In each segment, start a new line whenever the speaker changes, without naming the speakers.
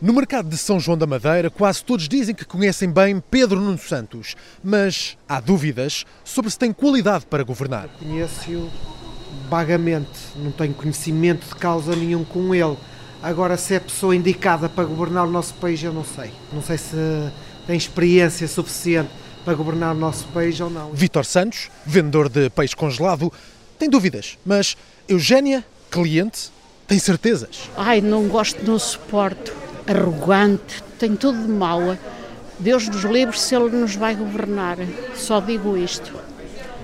No mercado de São João da Madeira, quase todos dizem que conhecem bem Pedro Nuno Santos, mas há dúvidas sobre se tem qualidade para governar.
Conheço-o vagamente, não tenho conhecimento de causa nenhum com ele. Agora, se é a pessoa indicada para governar o nosso país, eu não sei. Não sei se tem experiência suficiente para governar o nosso país ou não.
Vítor Santos, vendedor de peixe congelado, tem dúvidas, mas Eugénia, cliente, tem certezas.
Ai, não gosto, não suporto. Arrogante, tem tudo de mau. Deus nos livre se Ele nos vai governar. Só digo isto.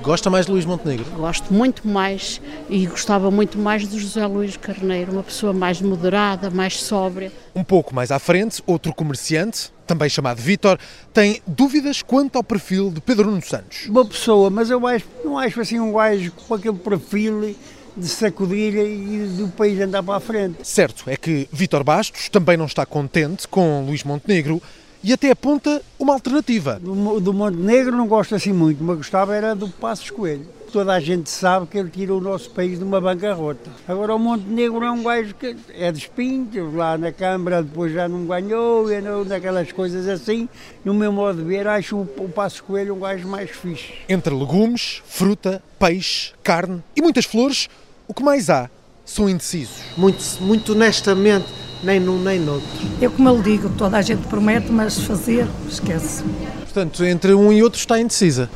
Gosta mais de Luís Montenegro?
Gosto muito mais e gostava muito mais de José Luís Carneiro, uma pessoa mais moderada, mais sóbria.
Um pouco mais à frente, outro comerciante, também chamado Vítor, tem dúvidas quanto ao perfil de Pedro Nuno Santos.
Boa pessoa, mas eu acho, não acho assim um gajo com aquele perfil de sacudir e do país andar para a frente.
Certo é que Vítor Bastos também não está contente com Luís Montenegro e até aponta uma alternativa.
Do, do Montenegro não gosto assim muito, mas gostava era do Passos Coelho. Toda a gente sabe que ele tirou o nosso país de uma bancarrota. Agora o Montenegro é um gajo que é de espinhos, lá na Câmara depois já não ganhou, e não, daquelas coisas assim. No meu modo de ver, acho o, o Passos Coelho um gajo mais fixe.
Entre legumes, fruta, peixe, carne e muitas flores, o que mais há são indecisos.
Muito, muito honestamente, nem num nem noutro.
Eu como eu digo, toda a gente promete, mas fazer, esquece.
Portanto, entre um e outro está indecisa.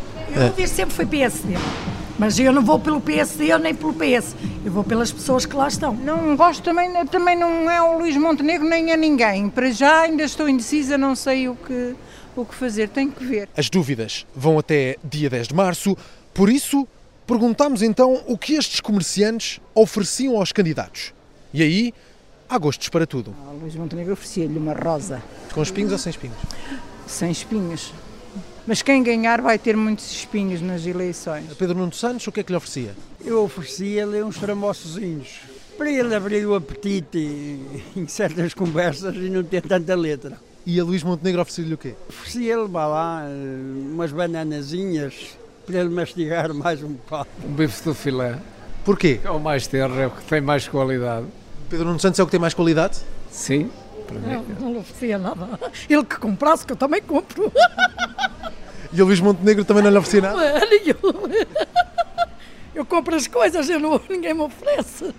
Eu é. sempre foi PSD, mas eu não vou pelo PSD nem pelo PS, eu vou pelas pessoas que lá estão.
Não gosto também, também não é o Luís Montenegro nem é ninguém. Para já ainda estou indecisa, não sei o que, o que fazer, tenho que ver.
As dúvidas vão até dia 10 de março, por isso perguntámos então o que estes comerciantes ofereciam aos candidatos. E aí há gostos para tudo.
O Ah, Luís Montenegro oferecia-lhe uma rosa.
Com espinhos ou sem espinhos?
Sem espinhos. Mas quem ganhar vai ter muitos espinhos nas eleições.
A Pedro Nuno Santos, o que é que lhe oferecia?
Eu oferecia-lhe uns tramoçozinhos. Para ele abrir o apetite em certas conversas e não ter tanta letra.
E a Luís Montenegro oferecia-lhe o quê?
Oferecia-lhe, vá lá, eh, umas bananazinhas para ele mastigar mais um bocado.
Um bife do filé.
Porquê?
É o mais terra, porque tem mais qualidade.
Pedro Nuno Santos é o que tem mais qualidade?
Sim.
Para mim. Não, não lhe oferecia nada. Ele que comprasse, que eu também compro.
E o Luís Montenegro também não lhe oferecia nada?
Nenhum. Eu compro as coisas, eu não, ninguém me oferece.